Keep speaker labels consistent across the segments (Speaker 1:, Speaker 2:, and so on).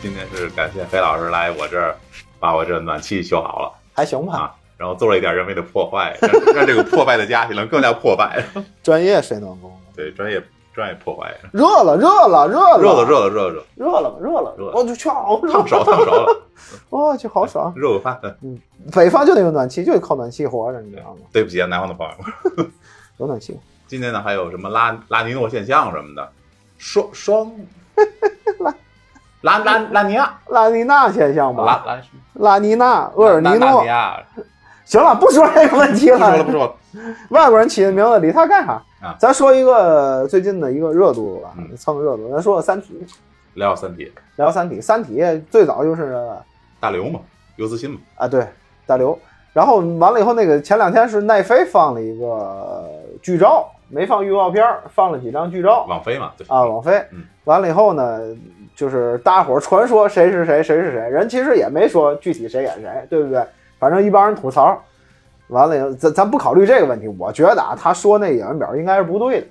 Speaker 1: 今天是感谢黑老师来我这儿把我这暖气修好了
Speaker 2: 还行吧，
Speaker 1: 啊，然后做了一点人为的破坏， 让让这个破败的家庭能更加破败。
Speaker 2: 专业水暖工。
Speaker 1: 对，专业专业破坏，
Speaker 2: 热了，热了，热了，
Speaker 1: 热了热了热了热了，
Speaker 2: 热了，热了，
Speaker 1: 热了
Speaker 2: 我就去好热，
Speaker 1: 烫手烫手了，
Speaker 2: 我去好爽。
Speaker 1: 热个饭。
Speaker 2: 北方就得有暖气，就得靠暖气活着，你知道吗？
Speaker 1: 对不起啊，南方的朋友们。
Speaker 2: 有暖气，
Speaker 1: 今天呢，还有什么拉拉尼诺现象什么的，双 双拉拉拉尼亚
Speaker 2: 拉尼娜现象吧，
Speaker 1: 拉什么
Speaker 2: 拉尼娜、厄尔尼
Speaker 1: 拉拉
Speaker 2: 诺
Speaker 1: 尼。亚，
Speaker 2: 行了，不说这个问题
Speaker 1: 不说了不说了，
Speaker 2: 外国人起的名字理他干啥？
Speaker 1: 啊
Speaker 2: 咱说一个最近的一个热度吧，
Speaker 1: 嗯
Speaker 2: 蹭热度。咱说说《三体》，
Speaker 1: 聊聊三体，
Speaker 2: 聊《三体》，《三体》最早就是
Speaker 1: 大刘嘛，刘慈欣嘛，
Speaker 2: 啊，对，大刘。然后完了以后，那个前两天是奈飞放了一个剧照，没放预告片儿，放了几张剧照
Speaker 1: 网飞嘛，对
Speaker 2: 啊，网飞
Speaker 1: 嗯。
Speaker 2: 完了以后呢，就是大伙儿传说谁是谁，谁是谁，人其实也没说具体谁演谁，对不对？反正一帮人吐槽。完了以后，咱咱不考虑这个问题，我觉得啊，他说那演员表应该是不对的，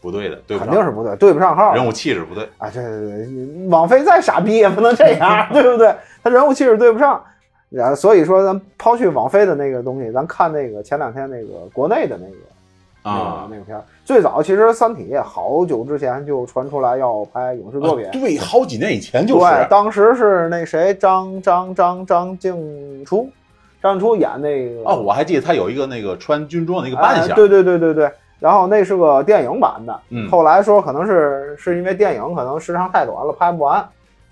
Speaker 1: 不对的，对不
Speaker 2: 肯定
Speaker 1: 上，
Speaker 2: 是不对，对不上号。
Speaker 1: 人物气质不对，
Speaker 2: 啊，对对对，网飞再傻逼也不能这 样，对不对？他人物气质对不上，然后所以说咱抛去网飞的那个东西，咱看那个前两天那个国内的那个
Speaker 1: 啊
Speaker 2: 那个那个片儿，最早其实《三体》好久之前就传出来要拍影视作品，
Speaker 1: 对，好几年以前啊就是啊
Speaker 2: 对，当时是那谁张张张张静初，张静初演那个
Speaker 1: 哦，我还记得他有一个那个穿军装的一个扮
Speaker 2: 哎
Speaker 1: 相，
Speaker 2: 对对对对对。然后那是个电影版的，
Speaker 1: 嗯，
Speaker 2: 后来说可能是是因为电影可能时长太短了，拍不完，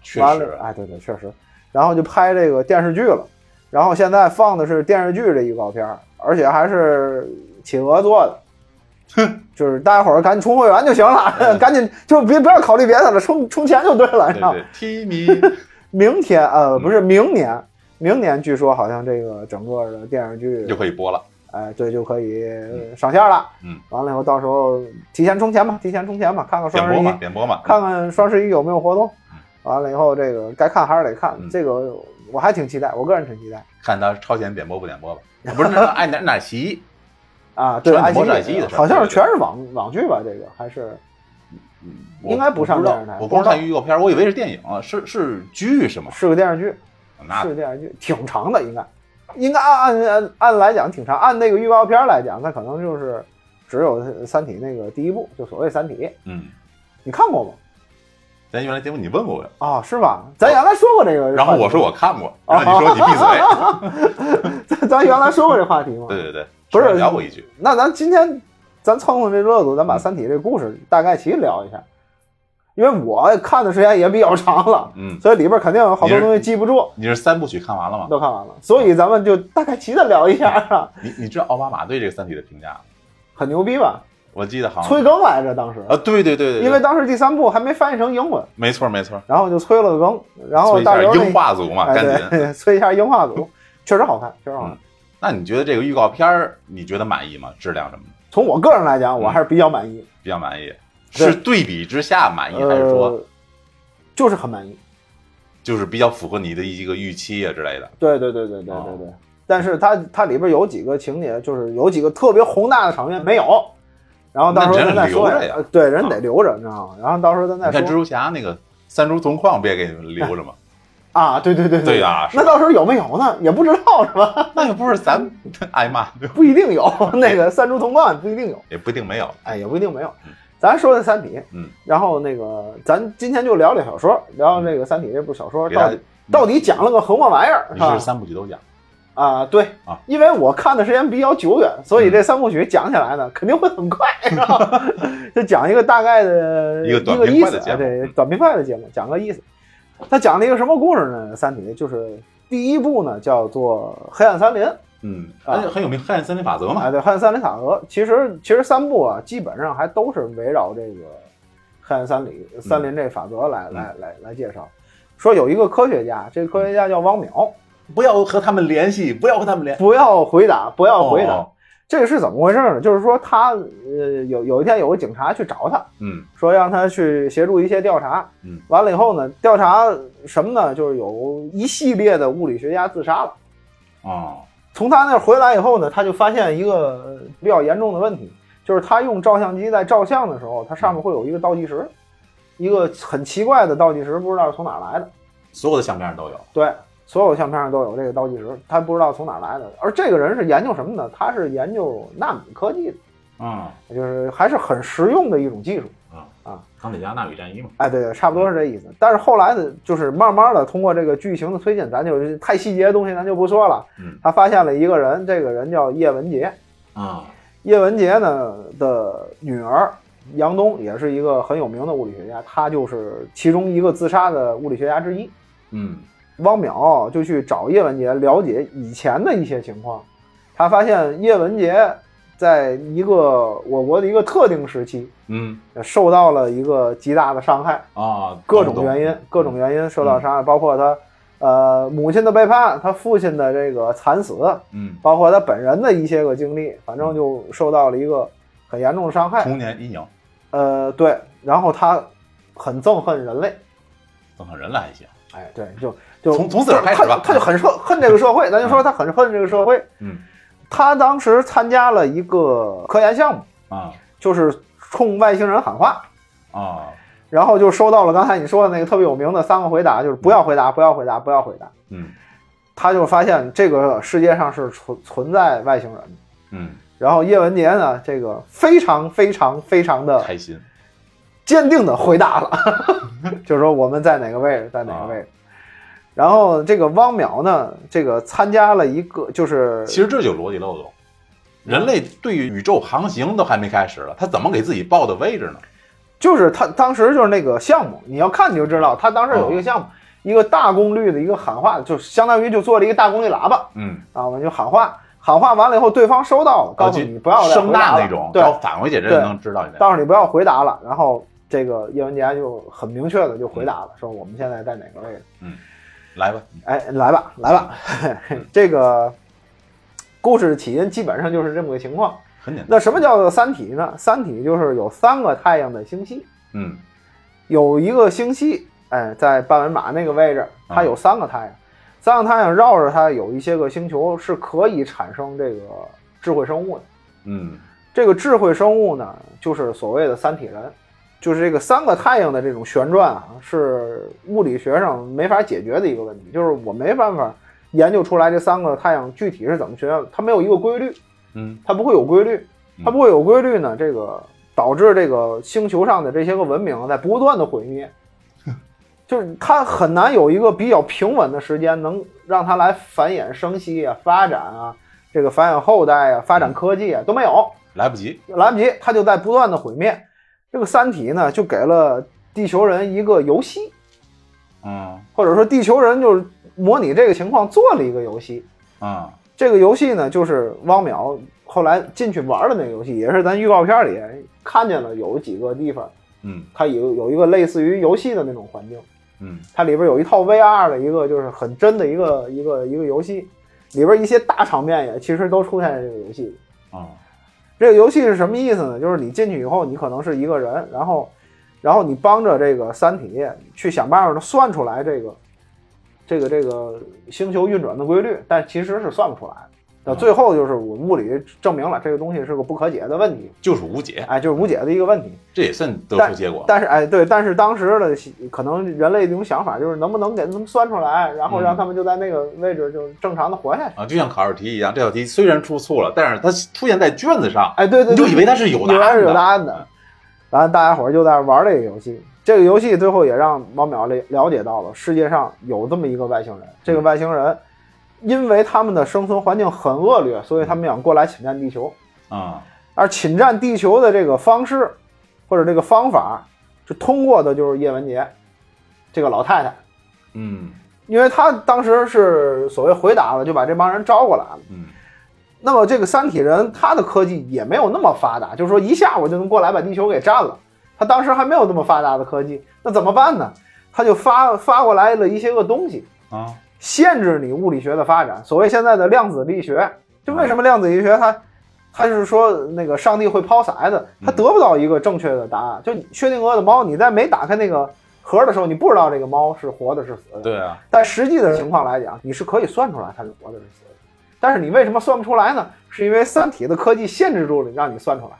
Speaker 1: 确
Speaker 2: 完了
Speaker 1: 实，，
Speaker 2: 哎，对对，确实，然后就拍这个电视剧了，然后现在放的是电视剧的预告片儿，而且还是企鹅做的，就是大家伙儿赶紧充会员就行了，
Speaker 1: 嗯
Speaker 2: 赶紧就别不要考虑别的了，充充钱就对了，
Speaker 1: 对嗯
Speaker 2: 你知道吗
Speaker 1: 对，E 提米，
Speaker 2: 明天呃不是明年，明年据说好像这个整个的电视剧
Speaker 1: 就可以播了，
Speaker 2: 哎对就可以上线了，
Speaker 1: 嗯，
Speaker 2: 完了以后到时候提前充钱吧，提前充钱吧，看看
Speaker 1: 点
Speaker 2: 双
Speaker 1: 播
Speaker 2: 十一
Speaker 1: 嘛，点播嘛，
Speaker 2: 看看双十一有没有活动
Speaker 1: 嗯。
Speaker 2: 完了以后，这个该看还是得看
Speaker 1: 嗯，
Speaker 2: 这个我还挺期待，我个人挺期待
Speaker 1: 看他超前点播不点播吧，不是那个爱哪哪奇，
Speaker 2: 啊。对，
Speaker 1: 全
Speaker 2: 爱
Speaker 1: 国是爱
Speaker 2: 奇
Speaker 1: 奇艺
Speaker 2: 艺
Speaker 1: 的事儿
Speaker 2: 好像是
Speaker 1: 对对
Speaker 2: 全是网网剧吧？这个还是应该不上
Speaker 1: 嗯我知道
Speaker 2: 电视台
Speaker 1: 我光看预告片，我以为是电影，啊是是剧是吗？
Speaker 2: 是个电视剧，
Speaker 1: 那
Speaker 2: 是个电视剧，挺长的，应该应该按按按按来讲挺长，按那个预告片来讲，它可能就是只有《三体》那个第一部，就所谓《三体》，
Speaker 1: 嗯，
Speaker 2: 你看过吗？
Speaker 1: 咱原来节目你问过我，
Speaker 2: 啊，是吧？咱原来说过这个话题，
Speaker 1: 然后我说我看过，然后你说你闭 嘴，
Speaker 2: 咱咱原来说过这话题吗？
Speaker 1: 对对对，
Speaker 2: 不是
Speaker 1: 聊过一句，
Speaker 2: 那咱今天咱蹭蹭这热度，咱把《三体》这故事大概齐聊一下，因为我看的时间也比较长了，
Speaker 1: 嗯，
Speaker 2: 所以里边肯定有好多东西记不住，
Speaker 1: 你是三部曲看完了吗？
Speaker 2: 都看完了，所以咱们就大概齐的聊一下啊，
Speaker 1: 你你知道奥巴马对这个《三体》的评价吗？
Speaker 2: 很牛逼吧？
Speaker 1: 我记得好像
Speaker 2: 催更来着，当时，
Speaker 1: 啊，对对对对，对
Speaker 2: 因为当时第三部还没翻译成英文，
Speaker 1: 没错没错，
Speaker 2: 然后就催了个更，然后
Speaker 1: 催一下
Speaker 2: 大刘
Speaker 1: 英
Speaker 2: 那
Speaker 1: 化族嘛，赶
Speaker 2: 哎
Speaker 1: 紧。
Speaker 2: 对， 催一下英化组，确实好看，确实好看
Speaker 1: 嗯。 那你觉得这个预告片儿你觉得满意吗？质量什么的
Speaker 2: 从我个人来讲，我
Speaker 1: 嗯
Speaker 2: 还是比较满意，
Speaker 1: 比较满意？
Speaker 2: 对
Speaker 1: 是对比之下满意，嗯还是说
Speaker 2: 呃，就是很满意。
Speaker 1: 就是比较符合你的一个预期啊之类的？
Speaker 2: 对对对对对
Speaker 1: 哦
Speaker 2: 对对。但是它它里边有几个情节，就是有几个特别宏大的场面没有，然后到时候
Speaker 1: 那
Speaker 2: 咱
Speaker 1: 人
Speaker 2: 再说
Speaker 1: 留着呀
Speaker 2: 呃对，人得留着，你知道吗？然后到时候咱
Speaker 1: 你
Speaker 2: 再
Speaker 1: 看蜘
Speaker 2: 说
Speaker 1: 蛛侠那个三株同框，不也给你们留着吗？
Speaker 2: 啊，对 对对
Speaker 1: 对呀是
Speaker 2: 那到时候有没有呢？也不知道是吧？
Speaker 1: 那也不是咱们 挨骂，
Speaker 2: 不一定有， 那个三株同框也不一定有，
Speaker 1: 也不一定没有。
Speaker 2: 哎，也不一定没有。咱说的《三体》，
Speaker 1: 嗯，
Speaker 2: 然后那个咱今天就聊聊小说，聊聊这个《三体》这部小说
Speaker 1: 给大
Speaker 2: 到
Speaker 1: 家
Speaker 2: 底，到底讲了个什么玩意儿，
Speaker 1: 你
Speaker 2: 吧
Speaker 1: 是？三部曲都讲，
Speaker 2: 啊，对
Speaker 1: 啊，嗯
Speaker 2: 因为我看的时间比较久远，所以这三部曲讲起来呢，肯定会很快，是吧？ 就讲一个大概的
Speaker 1: 一个短
Speaker 2: 意
Speaker 1: 平快
Speaker 2: 思
Speaker 1: 的节
Speaker 2: 啊，
Speaker 1: 目
Speaker 2: 对，
Speaker 1: 嗯
Speaker 2: 短平快的节目，讲个意思。他讲了一个什么故事呢？《三体》就是第一部呢，叫做《黑暗森林》
Speaker 1: 嗯，
Speaker 2: 啊
Speaker 1: 很很有名黑暗森林法则嘛
Speaker 2: 啊，，对，《黑暗森林塔俄》。其实其实三部啊，基本上还都是围绕这个黑暗森林
Speaker 1: 嗯
Speaker 2: 森林这法则来、来来来介绍。说有一个科学家，这个科学家叫汪淼，
Speaker 1: 不要和他们联系，不要和他们联。
Speaker 2: 不要回答，不要回答。
Speaker 1: 哦
Speaker 2: 这个是怎么回事呢？就是说他呃有有一天有个警察去找他，
Speaker 1: 嗯
Speaker 2: 说让他去协助一些调查。
Speaker 1: 嗯，
Speaker 2: 完了以后呢，调查什么呢？就是有一系列的物理学家自杀了。
Speaker 1: 哦，
Speaker 2: 从他那儿回来以后呢，他就发现一个呃比较严重的问题，就是他用照相机在照相的时候，它上面会有一个倒计时，一个很奇怪的倒计时，不知道是从哪儿来的。
Speaker 1: 所有的相片上都有，
Speaker 2: 对，所有相片上都有这个倒计时，他不知道从哪儿来的。而这个人是研究什么呢？他是研究纳米科技
Speaker 1: 嗯
Speaker 2: 的，就是还是很实用的一种技术。
Speaker 1: 啊
Speaker 2: 啊，
Speaker 1: 钢铁侠纳米战衣嘛，
Speaker 2: 哎，对对，差不多是这意思。但是后来的，就是慢慢的通过这个剧情的推进，咱就是太细节的东西咱就不说了。
Speaker 1: 嗯
Speaker 2: 他发现了一个人，这个人叫叶文洁，嗯
Speaker 1: 啊
Speaker 2: 叶文洁呢的女儿杨东也是一个很有名的物理学家，她就是其中一个自杀的物理学家之一。
Speaker 1: 嗯
Speaker 2: 汪淼就去找叶文洁了解以前的一些情况，他发现叶文洁在一个我国的一个特定时期
Speaker 1: 嗯
Speaker 2: 呃受到了一个极大的伤害，
Speaker 1: 啊，
Speaker 2: 各种原
Speaker 1: 懂
Speaker 2: 因
Speaker 1: 懂，
Speaker 2: 各种原因受到
Speaker 1: 嗯
Speaker 2: 伤害，包括他呃母亲的背叛，他父亲的这个惨死，
Speaker 1: 嗯
Speaker 2: 包括他本人的一些个经历，反正就受到了一个很严重的伤害。
Speaker 1: 童年阴影，
Speaker 2: 呃，对，然后他很憎恨人类，
Speaker 1: 憎恨人了还行，
Speaker 2: 哎，对，就就
Speaker 1: 从从此开始
Speaker 2: 他
Speaker 1: 吧
Speaker 2: 他就很恨恨这个社会，咱就说他很恨这个社会。
Speaker 1: 嗯
Speaker 2: 他当时参加了一个科研项目，
Speaker 1: 啊
Speaker 2: 就是冲外星人喊话，
Speaker 1: 啊
Speaker 2: 然后就收到了刚才你说的那个特别有名的三个回答，就是不要回答，不要回答，不要回答。
Speaker 1: 嗯
Speaker 2: 他就发现这个世界上是存存在外星人的。
Speaker 1: 嗯，
Speaker 2: 然后叶文洁呢，这个非常非常非常的
Speaker 1: 开心，
Speaker 2: 坚定的回答了， 就是说我们在哪个位置，在哪个位置。
Speaker 1: 啊
Speaker 2: 然后这个汪淼呢，这个参加了一个就是
Speaker 1: 其实这就是逻辑漏洞。人类对于宇宙航行都还没开始了，他怎么给自己报的位置呢？
Speaker 2: 就是他当时就是那个项目，你要看你就知道，他当时有一
Speaker 1: 啊
Speaker 2: 个项目，一个大功率的一个喊话，就相当于就做了一个大功率喇叭
Speaker 1: 嗯，
Speaker 2: 啊，我们就喊话，喊话完了以后，对方收到了，告诉
Speaker 1: 啊就
Speaker 2: 你不要再
Speaker 1: 声
Speaker 2: 回答
Speaker 1: 呐
Speaker 2: 了
Speaker 1: 那种，
Speaker 2: 对
Speaker 1: 然，后返回去，这
Speaker 2: 对
Speaker 1: 就能知道你在哪
Speaker 2: 告诉你不要回答了，然后这个叶文洁就很明确的就回答
Speaker 1: 嗯
Speaker 2: 了，说我们现在在哪个位置。
Speaker 1: 来吧。
Speaker 2: 哎，来吧，来吧，
Speaker 1: 嗯
Speaker 2: 这个故事起因基本上就是这么个情况。
Speaker 1: 很简单。
Speaker 2: 那什么叫做三体呢？三体就是有三个太阳的星系，
Speaker 1: 嗯
Speaker 2: 有一个星系，哎，在半文马那个位置，它
Speaker 1: 嗯
Speaker 2: 有三个太阳，三个太阳绕着它有一些个星球是可以产生这个智慧生物的。
Speaker 1: 嗯
Speaker 2: 这个智慧生物呢，就是所谓的三体人，就是这个三个太阳的这种旋转啊，是物理学上没法解决的一个问题，就是我没办法研究出来这三个太阳具体是怎么旋转，它没有一个规律，
Speaker 1: 嗯
Speaker 2: 它不会有规律，它不会有规律呢，这个导致这个星球上的这些个文明在不断的毁灭，就是它很难有一个比较平稳的时间能让它来繁衍生息啊、发展啊、这个繁衍后代啊、发展科技啊都没有。
Speaker 1: 来不及。
Speaker 2: 来不及，它就在不断的毁灭。这个《三体》呢，就给了地球人一个游戏，
Speaker 1: 嗯
Speaker 2: 或者说地球人就是模拟这个情况做了一个游戏。
Speaker 1: 嗯
Speaker 2: 这个游戏呢，就是汪淼后来进去玩的那个游戏，也是咱预告片里看见了有几个地方，
Speaker 1: 嗯
Speaker 2: 它有有一个类似于游戏的那种环境，
Speaker 1: 嗯
Speaker 2: 它里边有一套 VR 的一个就是很真的一个一个一个游戏，里边一些大场面也其实都出现在这个游戏里。
Speaker 1: 啊
Speaker 2: 这个游戏是什么意思呢？就是你进去以后，你可能是一个人，然后，然后你帮着这个三体去想办法算出来这个，这个这个星球运转的规律，但其实是算不出来的。到最后就是我物理证明了这个东西是个不可解的问题，
Speaker 1: 就是无解，
Speaker 2: 哎，就是无解的一个问题。
Speaker 1: 这也算得出结果。
Speaker 2: 但是哎，对，但是当时的可能人类的一种想法就是能不能给他们算出来，然后让他们就在那个位置就正常的活下去。
Speaker 1: 啊，就像考试题一样，这道题虽然出错了，但是它出现在卷子上，
Speaker 2: 哎，对对
Speaker 1: 你
Speaker 2: 对，
Speaker 1: 就以为它是有答
Speaker 2: 原来
Speaker 1: 案
Speaker 2: 是有答
Speaker 1: 的。
Speaker 2: 案的。然后大家伙儿就在玩这个游戏，这个游戏最后也让王淼了了解到了世界上有这么一个外星人，这个外星人因为他们的生存环境很恶劣，所以他们想过来侵占地球，
Speaker 1: 啊
Speaker 2: 而侵占地球的这个方式或者这个方法，就通过的就是叶文洁这个老太太，
Speaker 1: 嗯
Speaker 2: 因为她当时是所谓回答了，就把这帮人招过来了。
Speaker 1: 嗯
Speaker 2: 那么这个三体人他的科技也没有那么发达，就是说一下我就能过来把地球给占了。他当时还没有那么发达的科技，那怎么办呢？他就发发过来了一些个东西，
Speaker 1: 啊
Speaker 2: 限制你物理学的发展。所谓现在的量子力学，就为什么量子力学它他是说那个上帝会抛骰子，他
Speaker 1: 嗯
Speaker 2: 得不到一个正确的答案。就薛定谔的猫，你在没打开那个盒的时候，你不知道这个猫是活的是死的。
Speaker 1: 对啊，
Speaker 2: 但实际的情况来讲，你是可以算出来它是活的是死的。但是你为什么算不出来呢？是因为《三体》的科技限制住了，让你算出来。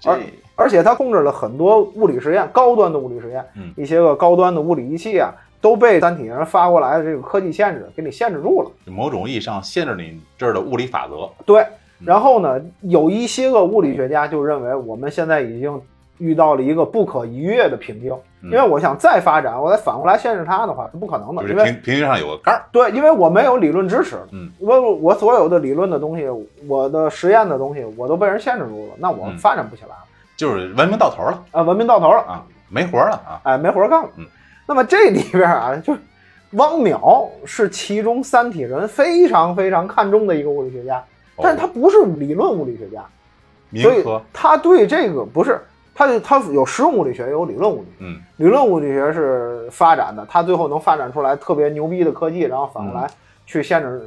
Speaker 1: 这
Speaker 2: 而且它控制了很多物理实验，高端的物理实验，
Speaker 1: 嗯
Speaker 2: 一些个高端的物理仪器啊，都被三体人发过来的这个科技限制给你限制住了。
Speaker 1: 某种意义上限制你这儿的物理法则。
Speaker 2: 对，
Speaker 1: 嗯
Speaker 2: 然后呢，有一些个物理学家就认为我们现在已经遇到了一个不可逾越的瓶颈，
Speaker 1: 嗯
Speaker 2: 因为我想再发展，我再反过来限制它的话是不可能的，
Speaker 1: 就是
Speaker 2: 因为
Speaker 1: 平平行上有个杆儿，
Speaker 2: 对，因为我没有理论支持，
Speaker 1: 嗯，
Speaker 2: 我我所有的理论的东西，我的实验的东西，我都被人限制住了，那我
Speaker 1: 嗯
Speaker 2: 发展不起来了，
Speaker 1: 就是文明到头了
Speaker 2: 啊、文明到头了，
Speaker 1: 啊，没活儿了啊。
Speaker 2: 哎，没活儿干了。
Speaker 1: 嗯，
Speaker 2: 那么这里边啊，就是汪淼是其中三体人非常非常看重的一个物理学家，但是他
Speaker 1: 哦
Speaker 2: 不是理论物理学家，
Speaker 1: 民
Speaker 2: 所以
Speaker 1: 科，
Speaker 2: 他对这个不是。他他有实用物理学，有理论物理学。
Speaker 1: 嗯，
Speaker 2: 理论物理学是发展的，他最后能发展出来特别牛逼的科技，然后反过
Speaker 1: 嗯
Speaker 2: 来去限制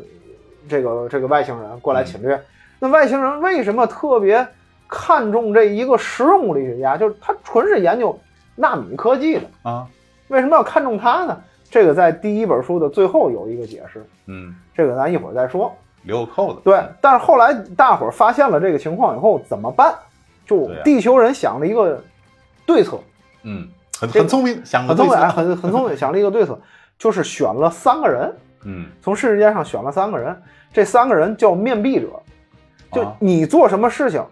Speaker 2: 这个这个外星人
Speaker 1: 嗯
Speaker 2: 过来侵略。那外星人为什么特别看重这一个实用物理学家？就是他纯是研究纳米科技的。
Speaker 1: 啊，
Speaker 2: 为什么要看重它呢？这个在第一本书的最后有一个解释，
Speaker 1: 嗯，
Speaker 2: 这个咱一会儿再说。
Speaker 1: 留个扣子。
Speaker 2: 对，但是后来大伙儿发现了这个情况以后怎么办？就
Speaker 1: 对啊
Speaker 2: 地球人想了一个对策，
Speaker 1: 嗯，很
Speaker 2: 这
Speaker 1: 很聪明，啊想
Speaker 2: 很
Speaker 1: 个对
Speaker 2: 聪明，
Speaker 1: 策
Speaker 2: 哎很很聪明，想了一个对策，就是选了三个人，
Speaker 1: 嗯，
Speaker 2: 从世界上选了三个人，这三个人叫面壁者，就
Speaker 1: 啊
Speaker 2: 你做什么事情，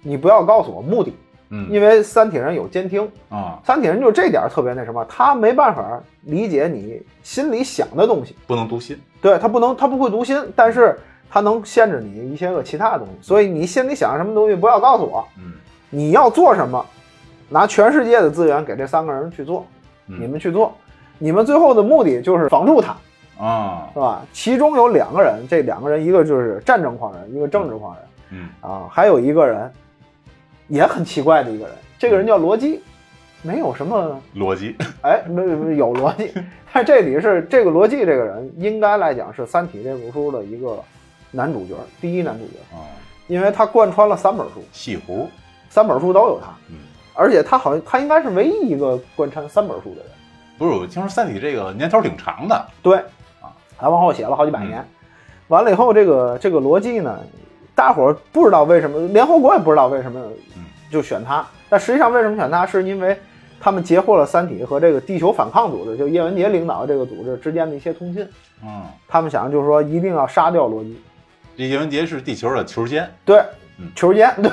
Speaker 2: 你不要告诉我目的，
Speaker 1: 嗯
Speaker 2: 因为三体人有监听，
Speaker 1: 啊，
Speaker 2: 三体人就这点儿特别那什么，他没办法理解你心里想的东西。
Speaker 1: 不能读心。
Speaker 2: 对他不能，他不会读心，但是他能限制你一些个其他的东西。所以你心里想什么东西，不要告诉我。
Speaker 1: 嗯，
Speaker 2: 你要做什么，拿全世界的资源给这三个人去做，
Speaker 1: 嗯
Speaker 2: 你们去做。你们最后的目的就是防住他，
Speaker 1: 啊，
Speaker 2: 是吧？其中有两个人，这两个人一个就是战争狂人，一个政治狂人
Speaker 1: 嗯，
Speaker 2: 啊，还有一个人也很奇怪的一个人，这个人叫罗辑，没有什么
Speaker 1: 逻辑。
Speaker 2: 哎，没没有逻辑， 但这里是这个逻辑，这个人应该来讲是《三体》这本书的一个男主角，第一男主角，
Speaker 1: 啊，
Speaker 2: 因为他贯穿了三本书，
Speaker 1: 西湖。
Speaker 2: 三本书都有他，
Speaker 1: 嗯，
Speaker 2: 而且他好像他应该是唯一一个贯穿三本书的人。
Speaker 1: 不是，我听说《三体》这个年头挺长的。
Speaker 2: 对，
Speaker 1: 啊，
Speaker 2: 还往后写了好几百
Speaker 1: 嗯
Speaker 2: 年，完了以后，这个这个逻辑呢，大伙儿不知道为什么，联合国也不知道为什么
Speaker 1: 嗯
Speaker 2: 就选他，但实际上为什么选他，是因为他们截获了《三体》和这个地球反抗组织，就叶文洁领导的这个组织之间的一些通信。
Speaker 1: 嗯，
Speaker 2: 他们想就是说一定要杀掉罗辑，
Speaker 1: 这叶文洁是地球的球仙。
Speaker 2: 对
Speaker 1: 嗯，
Speaker 2: 球间，对，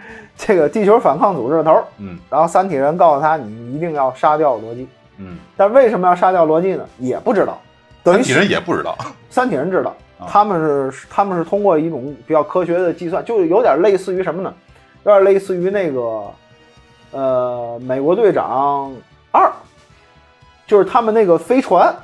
Speaker 2: 这个地球反抗组织的头儿。
Speaker 1: 嗯
Speaker 2: 然后三体人告诉他，你一定要杀掉罗辑。
Speaker 1: 嗯，
Speaker 2: 但为什么要杀掉罗辑呢？也不知道，等
Speaker 1: 三
Speaker 2: 于
Speaker 1: 体人也不知道。
Speaker 2: 三体人知道
Speaker 1: 啊，
Speaker 2: 他们是他们是通过一种比较科学的计算，就有点类似于什么呢？有点类似于那个，呃，美国队长二，就是他们那个 飞船，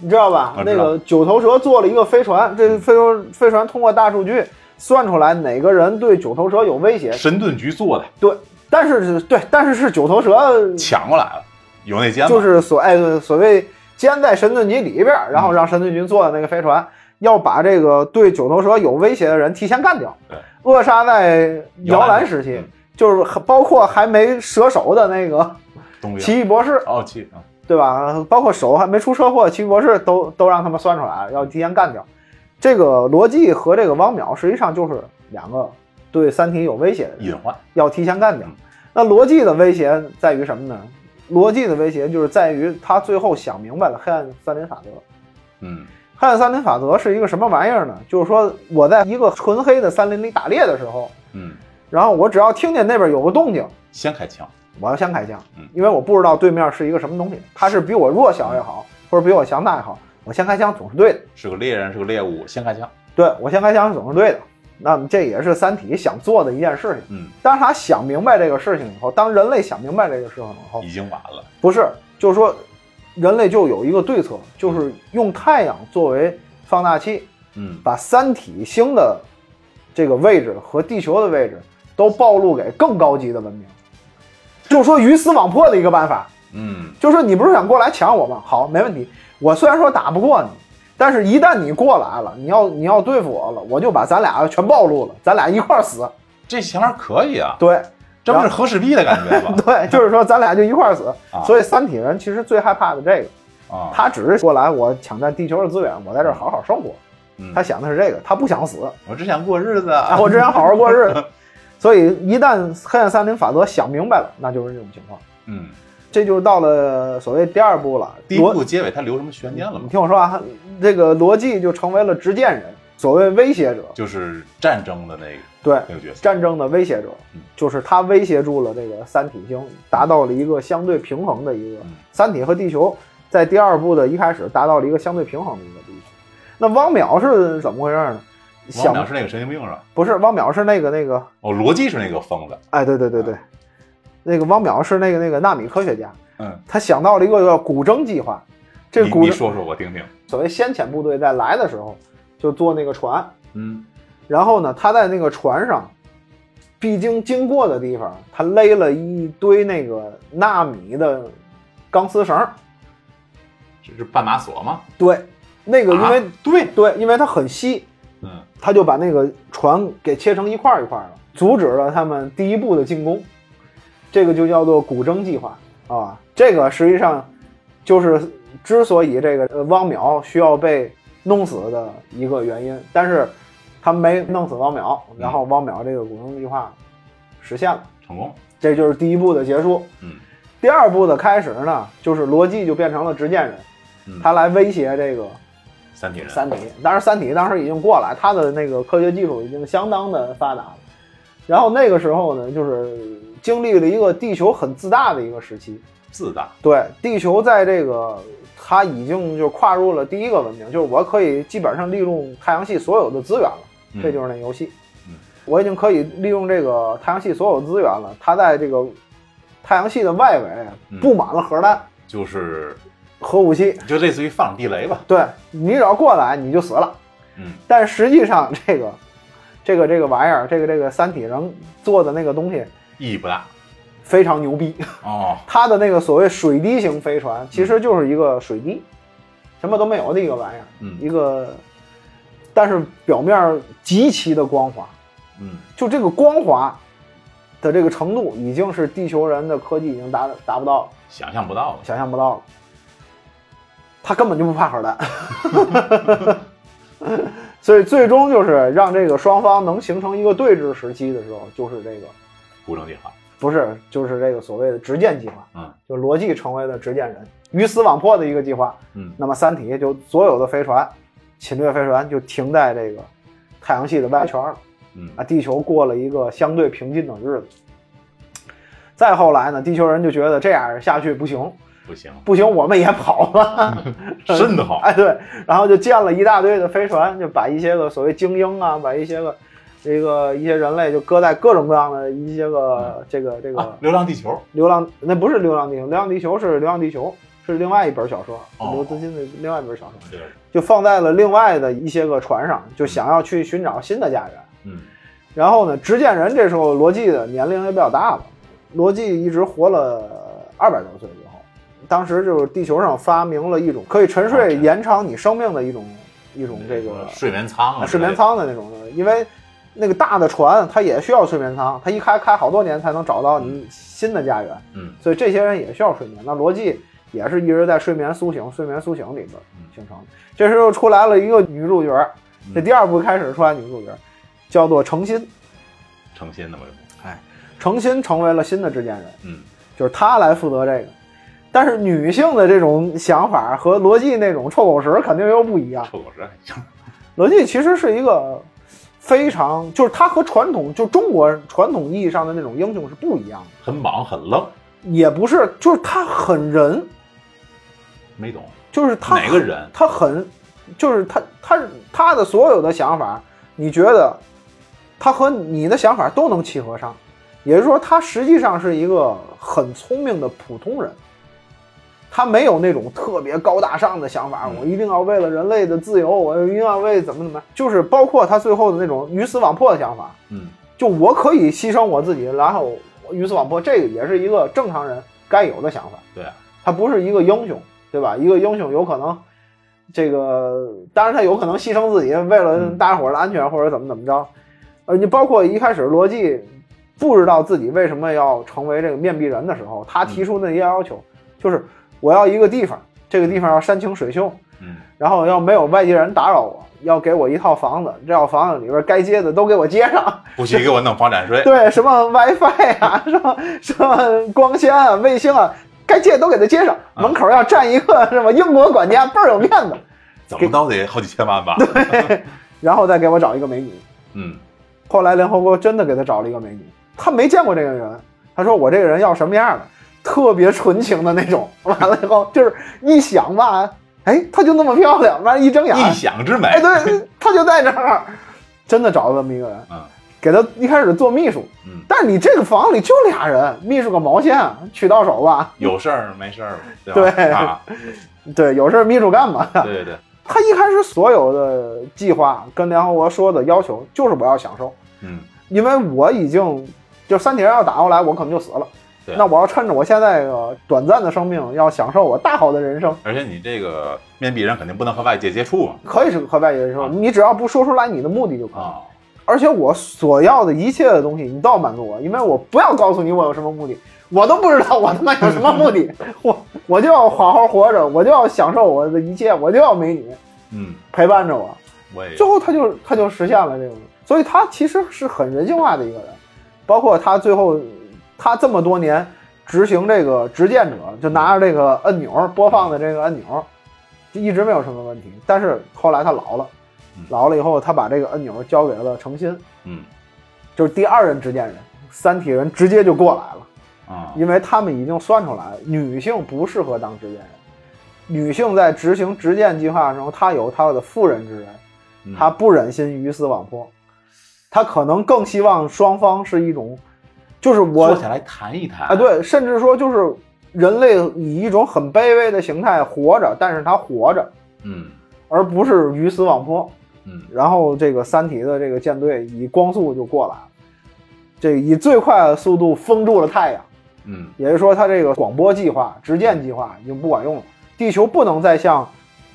Speaker 2: 你知道吧？
Speaker 1: 我知
Speaker 2: 那
Speaker 1: 道嗯
Speaker 2: 个九头蛇做了一个飞船，这个飞船飞船通过大数据算出来哪个人对九头蛇有威胁，
Speaker 1: 神盾局做的，
Speaker 2: 对，但是是对，但是是九头蛇
Speaker 1: 抢过来了，有内奸吗？
Speaker 2: 嗯就是所哎所谓监在神盾局里边儿，然后让神盾局坐的那个飞船，要把这个对九头蛇有威胁的人提前干掉
Speaker 1: 对，
Speaker 2: 扼杀在摇篮时
Speaker 1: 摇
Speaker 2: 期
Speaker 1: 篮嗯，
Speaker 2: 就是很包括还没折手的那个
Speaker 1: 冬兵。
Speaker 2: 奇异博士，
Speaker 1: 哦，七啊，
Speaker 2: 对吧？包括手还没出车祸的奇异博士都都让他们算出来了，要提前干掉。这个罗辑和这个汪淼实际上就是两个对三体有威胁的人，
Speaker 1: 隐患。
Speaker 2: 要提前干掉
Speaker 1: 嗯。
Speaker 2: 那逻辑的威胁在于什么呢？逻辑的威胁就是在于他最后想明白了黑暗森林法则。
Speaker 1: 嗯
Speaker 2: 黑暗森林法则是一个什么玩意儿呢？就是说我在一个纯黑的森林里打猎的时候，
Speaker 1: 嗯，
Speaker 2: 然后我只要听见那边有个动静，
Speaker 1: 先开枪。
Speaker 2: 我要先开枪
Speaker 1: 嗯，
Speaker 2: 因为我不知道对面是一个什么东西，他是比我弱小也好，或者比我强大也好，我先开枪总是对的。
Speaker 1: 是个猎人，是个猎物，先开枪。
Speaker 2: 对我先开枪总是对的。那么这也是《三体》想做的一件事情。
Speaker 1: 嗯，
Speaker 2: 当他想明白这个事情以后，当人类想明白这个事情以后，
Speaker 1: 已经晚了。
Speaker 2: 不是，就是说，人类就有一个对策，就是用太阳作为放大器，
Speaker 1: 嗯
Speaker 2: 把三体星的这个位置和地球的位置都暴露给更高级的文明。就是说鱼死网破的一个办法，
Speaker 1: 嗯
Speaker 2: 就是说你不是想过来抢我吗？好，没问题。我虽然说打不过你，但是，一旦你过来了，你要你要对付我了，我就把咱俩全暴露了，咱俩一块儿死。
Speaker 1: 这想法可以啊，
Speaker 2: 对
Speaker 1: 这不是和氏璧的感觉吗？
Speaker 2: 对，就是说咱俩就一块儿死
Speaker 1: 啊。
Speaker 2: 所以，三体人其实最害怕的这个，
Speaker 1: 啊，
Speaker 2: 他只是过来我抢占地球的资源，我在这儿好好生活。
Speaker 1: 嗯
Speaker 2: 他想的是这个，他不想死，
Speaker 1: 我只想过日子，
Speaker 2: 啊，我只想好好过 日子。所以，一旦黑暗森林法则想明白了，那就是这种情况。
Speaker 1: 嗯，
Speaker 2: 这就是到了所谓第二步了。
Speaker 1: 第一
Speaker 2: 罗
Speaker 1: 部结尾他留什么悬念了
Speaker 2: 你
Speaker 1: 吗？
Speaker 2: 听我说啊，这个罗辑就成为了执剑人，所谓威胁者，
Speaker 1: 就是战争的那个
Speaker 2: 对
Speaker 1: 那个角色，
Speaker 2: 战争的威胁者
Speaker 1: 嗯，
Speaker 2: 就是他威胁住了这个三体星，达到了一个相对平衡的一个
Speaker 1: 嗯
Speaker 2: 三体和地球在第二部的一开始达到了一个相对平衡的一个地区。那汪淼是怎么回事呢？
Speaker 1: 王
Speaker 2: 想
Speaker 1: 淼是那个神经病是吧？
Speaker 2: 不是汪淼是那个那个，
Speaker 1: 哦，罗辑是那个疯子，
Speaker 2: 哎，对对对对，
Speaker 1: 啊
Speaker 2: 那个汪淼是那个那个纳米科学家，
Speaker 1: 嗯，
Speaker 2: 他想到了一个叫古筝计划。这
Speaker 1: 你
Speaker 2: 古
Speaker 1: 你
Speaker 2: 筝
Speaker 1: 说说我听听，
Speaker 2: 所谓先遣部队在来的时候，就坐那个船，
Speaker 1: 嗯
Speaker 2: 然后呢，他在那个船上必经经过的地方，他勒了一堆那个纳米的钢丝绳儿。
Speaker 1: 这是半马索吗？
Speaker 2: 对，那个因为、
Speaker 1: 啊对，
Speaker 2: 对，因为它很稀，
Speaker 1: 嗯
Speaker 2: 他就把那个船给切成一块儿一块儿了，阻止了他们第一步的进攻。这个就叫做古筝计划啊。这个实际上就是之所以这个呃汪淼需要被弄死的一个原因，但是他没弄死汪淼，然后汪淼这个古筝计划实现了，
Speaker 1: 成功，
Speaker 2: 这就是第一步的结束。
Speaker 1: 嗯
Speaker 2: 第二步的开始呢，就是罗辑就变成了执剑人
Speaker 1: 嗯，
Speaker 2: 他来威胁这个
Speaker 1: 三体人，
Speaker 2: 三体，当然三体当时已经过来，它的那个科学技术已经相当的发达了。然后那个时候呢，就是经历了一个地球很自大的一个时期。
Speaker 1: 自大，
Speaker 2: 对，地球在这个它已经就跨入了第一个文明，就是我可以基本上利用太阳系所有的资源了，
Speaker 1: 嗯
Speaker 2: 这就是那游戏
Speaker 1: 嗯。
Speaker 2: 我已经可以利用这个太阳系所有资源了，它在这个太阳系的外围
Speaker 1: 嗯
Speaker 2: 布满了核弹、
Speaker 1: 就是
Speaker 2: 核武器。
Speaker 1: 就类似于放地雷吧，
Speaker 2: 对你只要过来，你就死了。
Speaker 1: 嗯
Speaker 2: 但实际上这个这个这个玩意儿，这个这个三体人做的那个东西
Speaker 1: 意义不大
Speaker 2: 非常牛逼，
Speaker 1: 哦，
Speaker 2: 它的那个所谓水滴型飞船其实就是一个水滴，什么都没有的一个玩意儿，
Speaker 1: 嗯
Speaker 2: 一个，但是表面极其的光滑，
Speaker 1: 嗯
Speaker 2: 就这个光滑。的这个程度已经是地球人的科技已经达达不到了，
Speaker 1: 想象不到了，
Speaker 2: 想象不到了。他根本就不怕核弹， 所以最终就是让这个双方能形成一个对峙时期的时候，就是这个
Speaker 1: 古筝计划，
Speaker 2: 不是就是这个所谓的执剑计划，
Speaker 1: 嗯
Speaker 2: 就罗辑成为了执剑人，鱼死网破的一个计划。
Speaker 1: 嗯
Speaker 2: 那么三体就所有的飞船，侵略飞船就停在这个太阳系的外圈了。
Speaker 1: 嗯
Speaker 2: 啊，地球过了一个相对平静的日子。再后来呢，地球人就觉得这样下去不行，
Speaker 1: 不行，
Speaker 2: 不行，我们也跑吧。
Speaker 1: 瘆得慌，
Speaker 2: 哎，对，然后就建了一大堆的飞船，就把一些个所谓精英啊，把一些个这个一些人类就搁在各种各样的一些个这个这
Speaker 1: 啊
Speaker 2: 个，
Speaker 1: 流浪地球，
Speaker 2: 流浪，那不是流浪地球，流浪地球是流浪地球，是另外一本小说，
Speaker 1: 哦
Speaker 2: 刘慈欣的另外一本小说，
Speaker 1: 这个，
Speaker 2: 就放在了另外的一些个船上，就想要去寻找新的家园。
Speaker 1: 嗯
Speaker 2: 然后呢，执剑人这时候罗辑的年龄也比较大了，罗辑一直活了二百多岁以后，当时就是地球上发明了一种可以沉睡啊延长你生命的一种一种这个
Speaker 1: 睡眠舱啊，
Speaker 2: 睡眠，舱的那种东西，因为那个大的船它也需要睡眠舱，它一开开好多年才能找到你新的家园，
Speaker 1: 嗯
Speaker 2: 所以这些人也需要睡眠。那罗辑也是一直在睡眠苏醒、睡眠苏醒里边形成的。这时候出来了一个女主角，这第二部开始出来女主角叫做程心。
Speaker 1: 成心的嘛，这不
Speaker 2: 程心成为了新的执剑人，
Speaker 1: 嗯
Speaker 2: 就是他来负责这个。但是女性的这种想法和罗辑那种臭狗屎肯定又不一样。
Speaker 1: 臭狗屎还行，
Speaker 2: 罗辑其实是一个非常，就是他和传统就中国传统意义上的那种英雄是不一样的，
Speaker 1: 很莽很愣，
Speaker 2: 也不是，就是他很人，
Speaker 1: 没懂
Speaker 2: 就是他
Speaker 1: 哪个人，
Speaker 2: 他很，就是他他他的所有的想法，你觉得他和你的想法都能契合上，也就是说，他实际上是一个很聪明的普通人，他没有那种特别高大上的想法，
Speaker 1: 嗯
Speaker 2: 我一定要为了人类的自由，我一定要为怎么怎么，就是包括他最后的那种鱼死网破的想法，
Speaker 1: 嗯
Speaker 2: 就我可以牺牲我自己，然后我鱼死网破，这个也是一个正常人该有的想法。
Speaker 1: 对啊，
Speaker 2: 他不是一个英雄，对吧？一个英雄有可能这个当然他有可能牺牲自己，为了大家伙儿的安全或者怎么怎么着。呃，你包括一开始罗辑不知道自己为什么要成为这个面壁人的时候，他提出那些要求，就是我要一个地方，这个地方要山清水秀，
Speaker 1: 嗯
Speaker 2: 然后要没有外界人打扰我，要给我一套房子，这套房子里边该接的都给我接上。
Speaker 1: 不许给我弄房产 税。
Speaker 2: 对，什么 WiFi 啊，什么什么光纤啊、卫星啊，该接的都给它接上。
Speaker 1: 啊
Speaker 2: 门口要站一个什么英国管家，倍儿有面子。
Speaker 1: 怎么着得好几千万吧？
Speaker 2: 然后再给我找一个美女。
Speaker 1: 嗯
Speaker 2: 后来联合国真的给他找了一个美女，他没见过这个人，他说我这个人要什么样的，特别纯情的那种。 完了以后就是一想吧，哎，她就那么漂亮，完了一睁眼，
Speaker 1: 异想之美
Speaker 2: 哎，。对，他就在这儿，真的找了这么一个人，
Speaker 1: 嗯
Speaker 2: 给他一开始做秘书，
Speaker 1: 嗯，
Speaker 2: 但你这个房里就俩人，秘书个毛线啊，娶到手吧？
Speaker 1: 有事儿没事儿，吧？
Speaker 2: 对
Speaker 1: 啊，
Speaker 2: 对，有事儿秘书干嘛？
Speaker 1: 对对对，
Speaker 2: 他一开始所有的计划跟联合国说的要求就是我要享受，
Speaker 1: 嗯，
Speaker 2: 因为我已经就三体人要打过来，我可能就死了。
Speaker 1: 对
Speaker 2: 那我要趁着我现在这个短暂的生命，要享受我大好的人生，
Speaker 1: 而且你这个面壁人肯定不能和外界接触嘛。
Speaker 2: 可以是和外界人
Speaker 1: 啊
Speaker 2: 生，你只要不说出来你的目的就可以。
Speaker 1: 啊，
Speaker 2: 而且我所要的一切的东西，你都要满足我，因为我不要告诉你我有什么目的，我都不知道我他妈有什么目 的，我我就要好好活着，我就要享受我的一切，我就要美女
Speaker 1: 嗯，
Speaker 2: 陪伴着我。
Speaker 1: 我也
Speaker 2: 最后他就他就实现了这个，所以他其实是很人性化的一个人，包括他最后他这么多年执行这个执剑者，就拿着这个按钮播放的这个按钮，就一直没有什么问题。但是后来他老了
Speaker 1: 嗯，
Speaker 2: 老了以后他把这个按钮交给了程心。
Speaker 1: 嗯
Speaker 2: 就是第二任执剑人，三体人直接就过来了，
Speaker 1: 啊，
Speaker 2: 因为他们已经算出来了，女性不适合当执剑人。女性在执行执剑计划的时候，她有她的妇人之仁，
Speaker 1: 嗯
Speaker 2: 她不忍心鱼死网破，她可能更希望双方是一种，就是我
Speaker 1: 坐下来谈一谈
Speaker 2: 啊，，对，甚至说就是人类以一种很卑微的形态活着，但是他活着，
Speaker 1: 嗯
Speaker 2: 而不是鱼死网破。
Speaker 1: 嗯
Speaker 2: 然后这个三体的这个舰队以光速就过来了，这以最快的速度封住了太阳，
Speaker 1: 嗯
Speaker 2: 也就是说，它这个广播计划、执剑计划已经不管用了，地球不能再向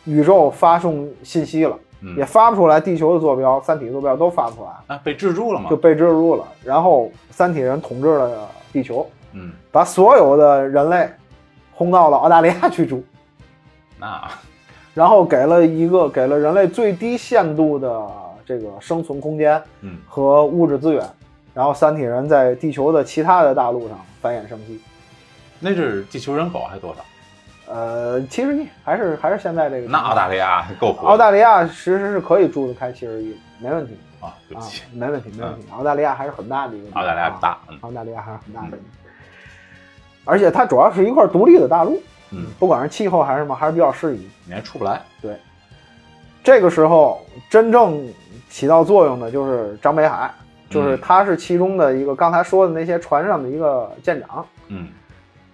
Speaker 2: 宇宙发送信息了，
Speaker 1: 嗯
Speaker 2: 也，发不出来地球的坐标、三体坐标都发不出来，
Speaker 1: 啊，被制住了嘛
Speaker 2: 就，被制住了。然后三体人统治了地球，
Speaker 1: 嗯，
Speaker 2: 把所有的人类轰到了澳大利亚去住。
Speaker 1: 那
Speaker 2: 然后给了一个给了人类最低限度的这个生存空间，
Speaker 1: 嗯
Speaker 2: 和物质资源，然后三体人在地球的其他的大陆上繁衍生息。
Speaker 1: 那是地球人口还多少？
Speaker 2: 呃，七十亿还是还是现在这个
Speaker 1: 那澳大利亚够活
Speaker 2: 澳大利亚其实是可以住得开七十亿，没问题
Speaker 1: 啊，对
Speaker 2: 啊
Speaker 1: 不起，，嗯
Speaker 2: 没问题没问题。澳大利亚还是很大的一个地方啊
Speaker 1: 澳大利亚不大，嗯
Speaker 2: 澳大利亚还是很大的一个地方，而且它主要是一块独立的大陆，
Speaker 1: 嗯，
Speaker 2: 不管是气候还是什么，还是比较适宜。
Speaker 1: 你还出不来，
Speaker 2: 这个时候真正起到作用的就是张北海，
Speaker 1: 嗯
Speaker 2: 就是他是其中的一个刚才说的那些船上的一个舰长，
Speaker 1: 嗯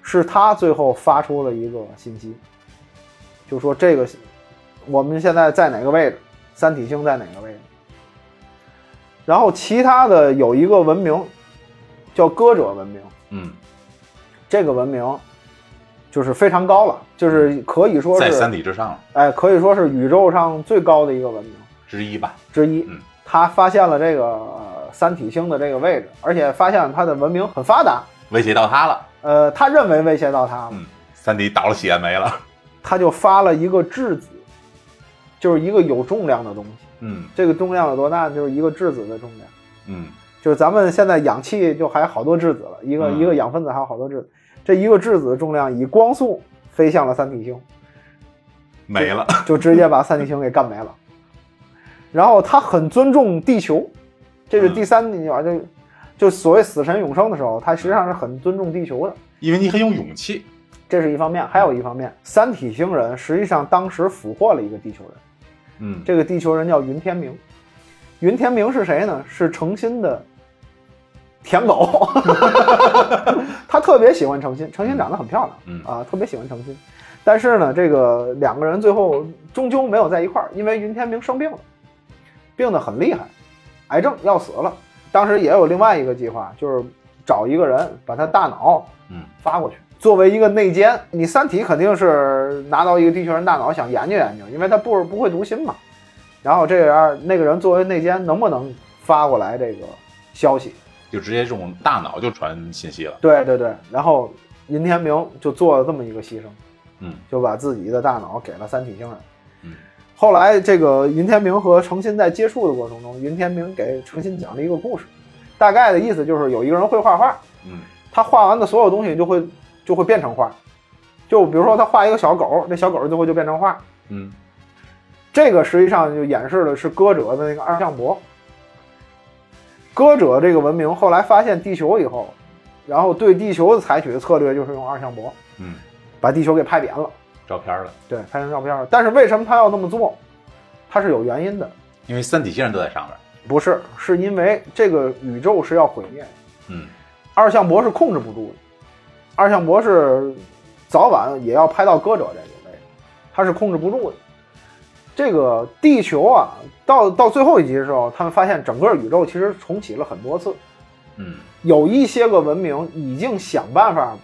Speaker 2: 是他最后发出了一个信息，就说这个我们现在在哪个位置，三体星在哪个位置。然后其他的有一个文明叫歌者文明，
Speaker 1: 嗯，
Speaker 2: 这个文明就是非常高了，就是可以说
Speaker 1: 在三
Speaker 2: 是
Speaker 1: 体之上了
Speaker 2: 哎，可以说是宇宙上最高的一个文明。
Speaker 1: 之一吧，
Speaker 2: 之一
Speaker 1: 嗯，
Speaker 2: 他发现了这个、呃三体星的这个位置，而且发现了它的文明很发达。
Speaker 1: 威胁到他了，
Speaker 2: 呃，他认为威胁到他了，
Speaker 1: 嗯，三体倒了血没了，
Speaker 2: 他就发了一个质子，就是一个有重量的东西。
Speaker 1: 嗯
Speaker 2: 这个重量有多大呢？就是一个质子的重量，
Speaker 1: 嗯
Speaker 2: 就是咱们现在氧气就还有好多质子了，一个、
Speaker 1: 嗯
Speaker 2: 一个氧分子还有好多质子。这一个质子的重量以光速飞向了三体星，
Speaker 1: 没了，
Speaker 2: 就直接把三体星给干没了。然后他很尊重地球，这是第三句话，就就所谓死神永生的时候，他实际上是很尊重地球的，
Speaker 1: 因为你很有勇气，
Speaker 2: 这是一方面。还有一方面，三体星人实际上当时俘获了一个地球人，
Speaker 1: 嗯，
Speaker 2: 这个地球人叫云天明。云天明是谁呢？是诚心的舔狗， 他特别喜欢诚心，诚心长得很漂亮，
Speaker 1: 嗯
Speaker 2: 啊，特别喜欢诚心。但是呢，这个两个人最后终究没有在一块儿，因为云天明生病了，病得很厉害，癌症要死了。当时也有另外一个计划，就是找一个人把他大脑
Speaker 1: 嗯
Speaker 2: 发过去，作为一个内奸。你《三体》肯定是拿到一个地球人大脑想研究研究，因为他不不会读心嘛。然后这样那个人作为内奸，能不能发过来这个消息？
Speaker 1: 就直接用大脑就传信息了。
Speaker 2: 对对对，然后尹天明就做了这么一个牺牲，
Speaker 1: 嗯
Speaker 2: 就把自己的大脑给了三体星人。
Speaker 1: 嗯
Speaker 2: 后来，这个尹天明和程心在接触的过程中，尹天明给程心讲了一个故事，大概的意思就是有一个人会画画，
Speaker 1: 嗯
Speaker 2: 他画完的所有东西就会就会变成画，就比如说他画一个小狗，那小狗最后就变成画。
Speaker 1: 嗯，
Speaker 2: 这个实际上就演示的是歌者的那个二向箔。歌者这个文明后来发现地球以后，然后对地球采取的策略就是用二向箔
Speaker 1: 嗯，
Speaker 2: 把地球给拍扁了，
Speaker 1: 照片了，
Speaker 2: 对，拍成照片了。但是为什么他要那么做？他是有原因的，
Speaker 1: 因为三体星人都在上面。
Speaker 2: 不是，是因为这个宇宙是要毁灭的，
Speaker 1: 嗯
Speaker 2: 二向箔是控制不住的，二向箔是早晚也要拍到歌者这个位置，它是控制不住的。这个地球啊，到到最后一集的时候，他们发现整个宇宙其实重启了很多次，
Speaker 1: 嗯
Speaker 2: 有一些个文明已经想办法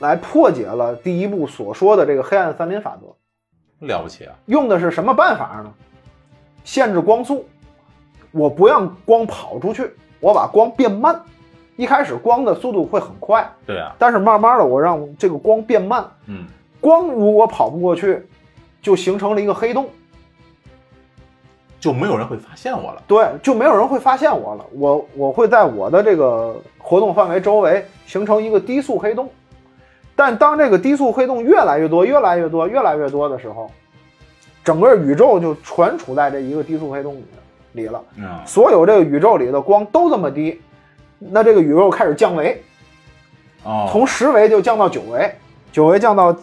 Speaker 2: 来破解了第一部所说的这个黑暗森林法则，
Speaker 1: 了不起啊！
Speaker 2: 用的是什么办法呢？限制光速，我不让光跑出去，我把光变慢。一开始光的速度会很快，
Speaker 1: 对啊，
Speaker 2: 但是慢慢的我让这个光变慢，
Speaker 1: 嗯
Speaker 2: 光如果跑不过去，就形成了一个黑洞，
Speaker 1: 就没有人会发现我了。
Speaker 2: 对，就没有人会发现我了。我我会在我的这个活动范围周围形成一个低速黑洞，但当这个低速黑洞越来越多、越来越多、越来越多的时候，整个宇宙就全处在这一个低速黑洞里里了。
Speaker 1: 嗯
Speaker 2: 所有这个宇宙里的光都这么低，那这个宇宙开始降维，
Speaker 1: 哦，
Speaker 2: 从十维就降到九维，九维降到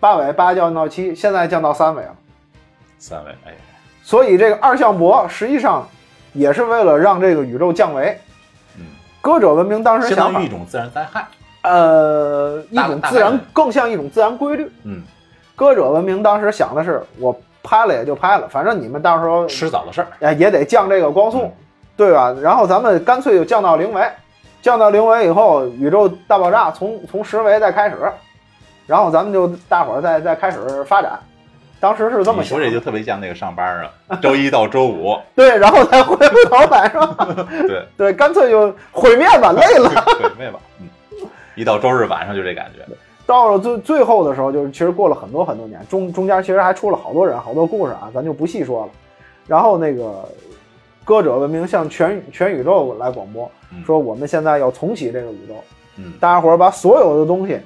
Speaker 2: 八维，八降到七，现在降到三维了。
Speaker 1: 三位，哎呀，
Speaker 2: 所以这个二向箔实际上也是为了让这个宇宙降维。
Speaker 1: 嗯，
Speaker 2: 歌者文明当时
Speaker 1: 相
Speaker 2: 想
Speaker 1: 当
Speaker 2: 法
Speaker 1: 于一，种自然灾害。
Speaker 2: 呃，一
Speaker 1: 大
Speaker 2: 种
Speaker 1: 大
Speaker 2: 自然
Speaker 1: 概
Speaker 2: 更像一种自然规律。
Speaker 1: 嗯，
Speaker 2: 歌者文明当时想的是，我拍了也就拍了，反正你们到时候
Speaker 1: 迟早的事儿。
Speaker 2: 哎也得降这个光速
Speaker 1: 嗯，
Speaker 2: 对吧？然后咱们干脆就降到零维，降到零维以后，宇宙大爆炸从从十维再开始，然后咱们就大伙儿再再开始发展。当时是这么
Speaker 1: 你说
Speaker 2: 想
Speaker 1: 这
Speaker 2: 的，
Speaker 1: 就特别像那个上班啊，周一到周 五，
Speaker 2: 对，然后才回过头来是吧？
Speaker 1: 对，
Speaker 2: 对，干脆就毁灭吧，累了。
Speaker 1: 对，妹吧，嗯，一到周日晚上就这感觉。
Speaker 2: 到了最最后的时候，就是其实过了很多很多年，中中间其实还出了好多人、好多故事啊，咱就不细说了。然后那个歌者文明向全全宇宙来广播
Speaker 1: 嗯，
Speaker 2: 说我们现在要重启这个宇宙，
Speaker 1: 嗯，
Speaker 2: 大家伙儿把所有的东西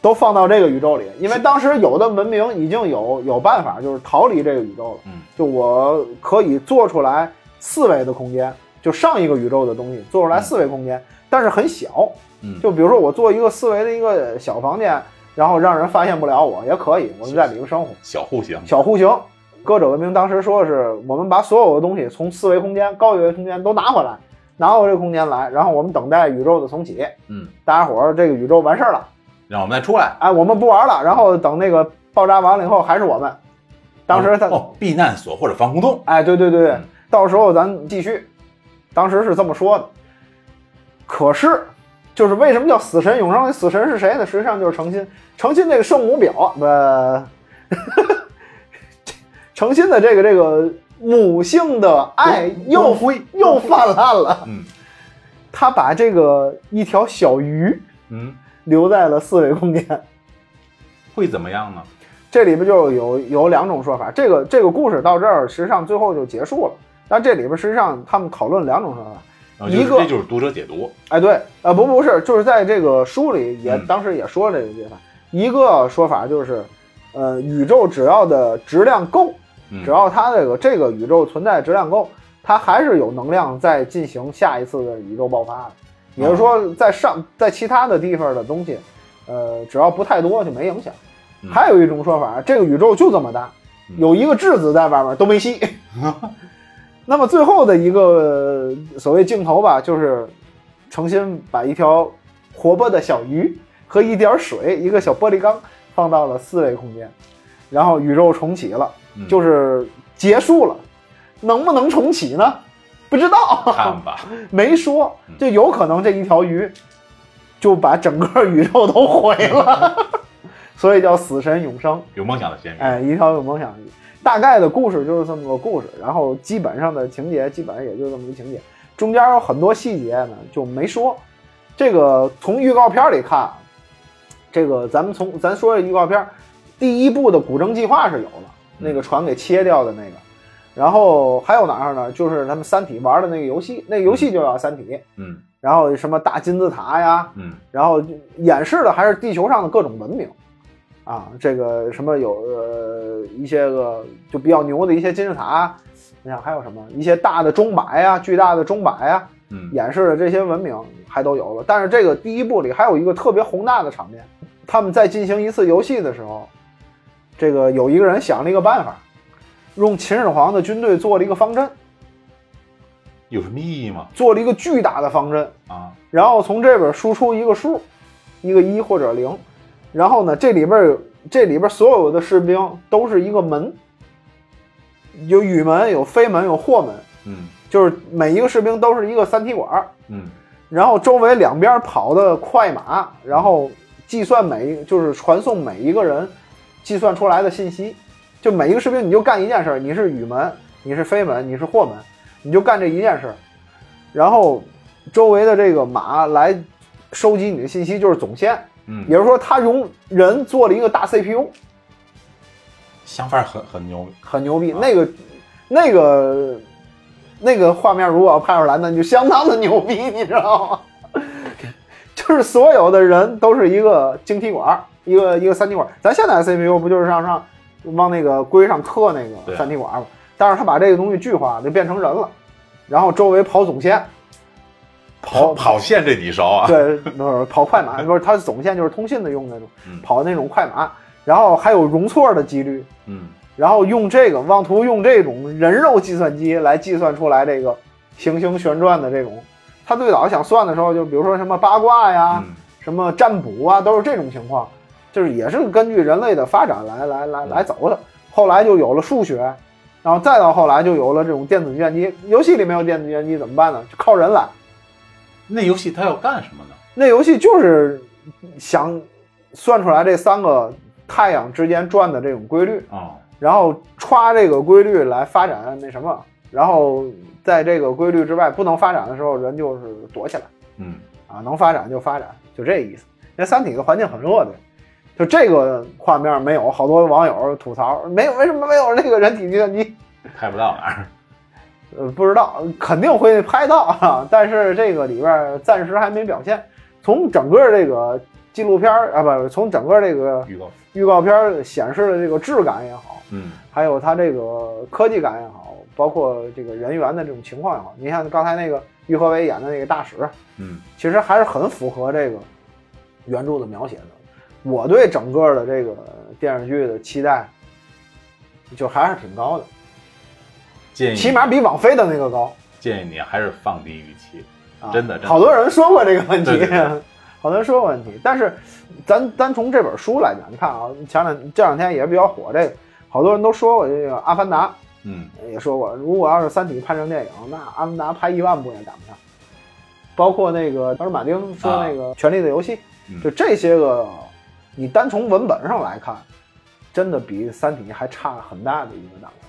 Speaker 2: 都放到这个宇宙里，因为当时有的文明已经有有办法，就是逃离这个宇宙了。
Speaker 1: 嗯，
Speaker 2: 就我可以做出来四维的空间，就上一个宇宙的东西做出来四维空间，但是很小。
Speaker 1: 嗯
Speaker 2: 就比如说我做一个四维的一个小房间，然后让人发现不了我也可以，我们在里面生活，
Speaker 1: 小户型，
Speaker 2: 小户型。歌者文明当时说的是，我们把所有的东西从四维空间、高一维空间都拿回来，拿回这个空间来，然后我们等待宇宙的重启。
Speaker 1: 嗯，
Speaker 2: 大家伙儿这个宇宙完事儿了，
Speaker 1: 让我们再出来。
Speaker 2: 哎，我们不玩了，然后等那个爆炸完了以后还是我们。当时他，
Speaker 1: 哦，避难所或者防空洞。
Speaker 2: 哎，对对对对
Speaker 1: 嗯，
Speaker 2: 到时候咱继续。当时是这么说的。可是，就是为什么叫死神永生？那死神是谁呢？实际上就是诚心。诚心这个圣母婊，呃， 诚心的这个这个母性的爱又
Speaker 1: 灰
Speaker 2: 又泛滥了。
Speaker 1: 嗯
Speaker 2: 他把这个一条小鱼
Speaker 1: 嗯，
Speaker 2: 留在了四维空间。
Speaker 1: 会怎么样呢？
Speaker 2: 这里边就有有两种说法，这个这个故事到这儿实际上最后就结束了。但这里边实际上他们讨论两种说法，
Speaker 1: 啊就是
Speaker 2: 一个
Speaker 1: 这就是读者解读。
Speaker 2: 哎，对，呃，不不是，就是在这个书里也
Speaker 1: 嗯
Speaker 2: 当时也说了这个地方，一个说法就是，呃，宇宙只要的质量够，
Speaker 1: 嗯
Speaker 2: 只要它这个这个宇宙存在质量够，它还是有能量再进行下一次的宇宙爆发的。也就是
Speaker 1: 哦
Speaker 2: 说，在上在其他的地方的东西，呃，只要不太多就没影响
Speaker 1: 嗯。
Speaker 2: 还有一种说法，这个宇宙就这么大，
Speaker 1: 嗯
Speaker 2: 有一个质子在外面都没 吸。那么最后的一个呃所谓镜头吧，就是诚心把一条活泼的小鱼和一点水，一个小玻璃缸放到了四维空间，然后宇宙重启了。
Speaker 1: 嗯
Speaker 2: 就是结束了，能不能重启呢？不知道，
Speaker 1: 看吧，
Speaker 2: 没说，就有可能这一条鱼就把整个宇宙都毁了，所以叫死神永生。
Speaker 1: 有梦想的咸鱼。
Speaker 2: 哎，一条有梦想的鱼。大概的故事就是这么个故事，然后基本上的情节基本上也就这么个情节，中间有很多细节呢就没说。这个从预告片里看啊，这个咱们从咱说这预告片，第一部的古筝计划是有了，那个船给切掉的那个，然后还有哪儿呢？就是他们《三体》玩的那个游戏，那个游戏就叫《三体》，
Speaker 1: 嗯
Speaker 2: 然后什么大金字塔呀，
Speaker 1: 嗯
Speaker 2: 然后演示的还是地球上的各种文明，啊，这个什么有呃一些个就比较牛的一些金字塔，你想还有什么一些大的钟摆呀、巨大的钟摆呀，
Speaker 1: 嗯，
Speaker 2: 演示的这些文明还都有了。但是这个第一部里还有一个特别宏大的场面，他们在进行一次游戏的时候，这个有一个人想了一个办法，用秦始皇的军队做了一个方阵，
Speaker 1: 有什么意义吗？
Speaker 2: 做了一个巨大的方阵，
Speaker 1: 啊，
Speaker 2: 然后从这边输出一个数，一个一或者零，然后呢，这里边有这里边所有的士兵都是一个门，有雨门，有飞门，有祸门，
Speaker 1: 嗯
Speaker 2: 就是每一个士兵都是一个三体管儿，
Speaker 1: 嗯
Speaker 2: 然后周围两边跑的快马，然后计算每一就是传送每一个人计算出来的信息，就每一个士兵你就干一件事儿，你是雨门，你是飞门，你是祸门，你就干这一件事儿，然后周围的这个马来收集你的信息，就是总线，
Speaker 1: 嗯，
Speaker 2: 也就是说它用人做了一个大 CPU，
Speaker 1: 想法很很牛，
Speaker 2: 很牛
Speaker 1: 啊
Speaker 2: 逼，那个那个那个画面如果要拍出来，那就相当的牛逼，你知道吗？就是所有的人都是一个晶体管儿，一个一个三体管儿。咱现在的 CPU 不就是上上往那个硅上特那
Speaker 1: 对
Speaker 2: 个三体管儿吗？但是他把这个东西具化，就变成人了，然后周围跑总线，
Speaker 1: 跑跑线这你熟啊？
Speaker 2: 对，不是跑快马，不是它总线就是通信的用那种
Speaker 1: 嗯，
Speaker 2: 跑那种快马，然后还有容错的几率，
Speaker 1: 嗯
Speaker 2: 然后用这个妄图用这种人肉计算机来计算出来这个行星旋转的这种，他最早想算的时候，就比如说什么八卦呀、
Speaker 1: 嗯
Speaker 2: 什么占卜啊，都是这种情况，就是也是根据人类的发展来来来来走的。后来就有了数学，然后再到后来就有了这种电子计算机。游戏里没有电子计算机怎么办呢？就靠人来。
Speaker 1: 那游戏它要干什么呢？
Speaker 2: 那游戏就是想算出来这三个太阳之间转的这种规律，
Speaker 1: 哦，
Speaker 2: 然后歘这个规律来发展那什么，然后在这个规律之外不能发展的时候，人就是躲起来
Speaker 1: 嗯
Speaker 2: 啊，能发展就发展，就这意思。那《三体》的环境很恶劣，就这个画面没有，好多网友吐槽没有，为什么没有这个人体计算机？
Speaker 1: 拍不到啊哪儿。
Speaker 2: 呃，不知道，肯定会拍到啊，但是这个里边儿暂时还没表现。从整个这个纪录片儿啊，不是，从整个这个
Speaker 1: 预告，
Speaker 2: 预告片儿显示的这个质感也好，
Speaker 1: 嗯
Speaker 2: 还有它这个科技感也好，包括这个人员的这种情况也好，你看刚才那个于和伟演的那个大使，
Speaker 1: 嗯
Speaker 2: 其实还是很符合这个原著的描写的。我对整个的这个电视剧的期待，就还是挺高的，
Speaker 1: 建议
Speaker 2: 起码比网飞的那个高。
Speaker 1: 建议你还是放低预期。
Speaker 2: 啊、
Speaker 1: 真的真的
Speaker 2: 好多人说过这个问题，
Speaker 1: 对对对
Speaker 2: 好多人说过问题。但是咱单从这本书来讲，你看啊，前两这两天也比较火，这个好多人都说过这个《阿凡达》。
Speaker 1: 嗯
Speaker 2: 也说过，如果要是《三体》拍成电影，那《阿凡达》拍一万部也赶不上。包括那个当时马丁说那个《权力的游戏》
Speaker 1: 啊嗯
Speaker 2: 就这些个，你单从文本上来看，真的比《三体》还差很大的一个档次。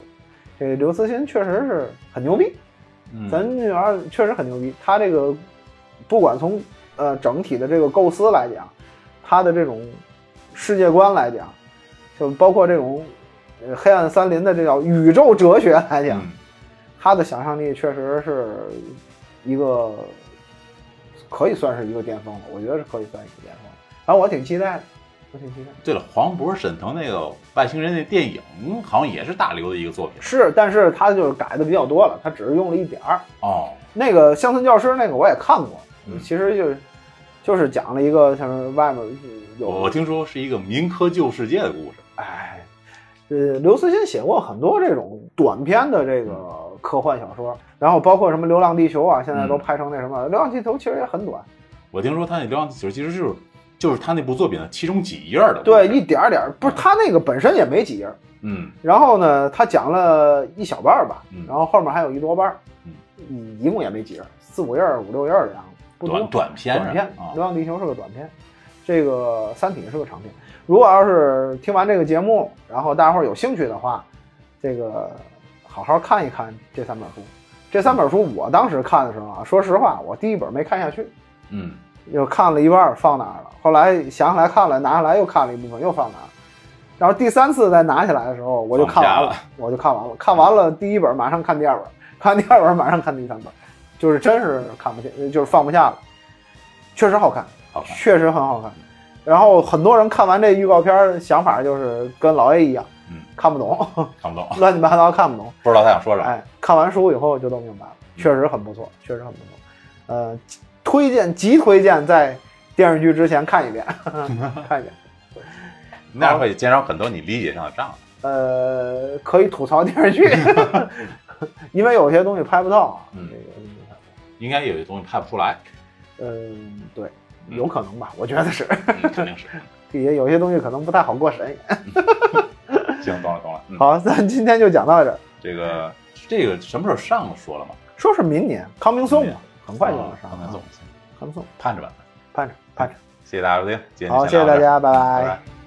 Speaker 2: 这刘慈欣确实是很牛逼，
Speaker 1: 嗯，
Speaker 2: 咱这玩意儿确实很牛逼。他这个不管从呃整体的这个构思来讲，他的这种世界观来讲，就包括这种呃黑暗森林的这叫宇宙哲学来讲，
Speaker 1: 嗯
Speaker 2: 他的想象力确实是一个可以算是一个巅峰了，我觉得是可以算一个巅峰了。反正我挺期待的，我挺期待的。
Speaker 1: 对了，黄渤、沈腾那个外星人那电影，好像也是大刘的一个作品
Speaker 2: 是，但是他就是改的比较多了，他只是用了一点儿。
Speaker 1: 哦。
Speaker 2: 那个乡村教师那个我也看过，
Speaker 1: 嗯
Speaker 2: 其实就是就是讲了一个像是外面
Speaker 1: 我
Speaker 2: 有
Speaker 1: 听说是一个民科救世界的故事。
Speaker 2: 哎，呃，刘慈欣写过很多这种短篇的这个科幻小说，然后包括什么《流浪地球》啊，现在都
Speaker 1: 嗯
Speaker 2: 拍成那什么，流浪地球》其实也很短，
Speaker 1: 我听说他那《流浪地球》其实就是就是他那部作品的其中几页的故
Speaker 2: 对，
Speaker 1: 事。
Speaker 2: 一点儿点儿，不是他那个本身也没几页儿，
Speaker 1: 嗯
Speaker 2: 然后呢，他讲了一小半儿吧
Speaker 1: 嗯，
Speaker 2: 然后后面还有一多半儿
Speaker 1: 嗯，
Speaker 2: 一一共也没几页，四五页儿、五六页儿的样子，不多。
Speaker 3: 短短片
Speaker 2: 短片
Speaker 3: 是吧啊
Speaker 2: 流浪地球》是个短片，这个《三体》是个长片。如果要是听完这个节目，然后大家伙儿有兴趣的话，这个好好看一看这三本书。这三本书我当时看的时候啊，说实话，我第一本没看下去，
Speaker 3: 嗯，
Speaker 2: 又看了一半儿放那儿了。后来想起来看了，拿下来又看了一部分，又放那儿了。然后第三次再拿起来的时候，我就看完
Speaker 3: 放
Speaker 2: 了，
Speaker 3: 不下了
Speaker 2: 我就看完了。看完了第一本，马上看第二本；看完第二本，马上看第三本，就是真是看不下，就是放不下了。确实好看，
Speaker 3: 好看，
Speaker 2: 确实很好看。然后很多人看完这预告片儿，想法就是跟老 A 一样，
Speaker 3: 嗯
Speaker 2: 看不懂，
Speaker 3: 看 不懂，
Speaker 2: 乱七八糟看不懂。
Speaker 3: 不知道他想说啥。
Speaker 2: 哎，看完书以后就都明白了，确实很不错，确实很不错。呃，推荐极推荐在电视剧之前看一遍，看一遍。
Speaker 1: 那样会减少很多你理解上的障碍。
Speaker 2: 呃，可以吐槽电视剧，因为有些东西拍不到啊。
Speaker 3: 嗯
Speaker 2: 这个东西拍不
Speaker 3: 应该有些东西拍不出 来，
Speaker 2: 到，嗯、对，有可能吧，我觉得是，
Speaker 3: 嗯肯定 是。
Speaker 2: 也有些东西可能不太好过审。
Speaker 3: 行，懂了懂了。嗯，
Speaker 2: 好，咱今天就讲到这儿，
Speaker 3: 这个这个什么时候上说了吗？
Speaker 2: 说是明年康明松
Speaker 3: 明
Speaker 2: 嘛，很快就
Speaker 1: 哦
Speaker 2: 能上
Speaker 3: 刚才
Speaker 2: 啊
Speaker 3: 总，
Speaker 2: 康明松，
Speaker 3: 盼着吧，
Speaker 2: 盼着盼着。
Speaker 1: 谢谢大家收听，今天就
Speaker 2: 好，
Speaker 1: 先
Speaker 2: 谢谢
Speaker 1: 到
Speaker 2: 大
Speaker 1: 这儿，
Speaker 2: 家，拜
Speaker 1: 拜拜。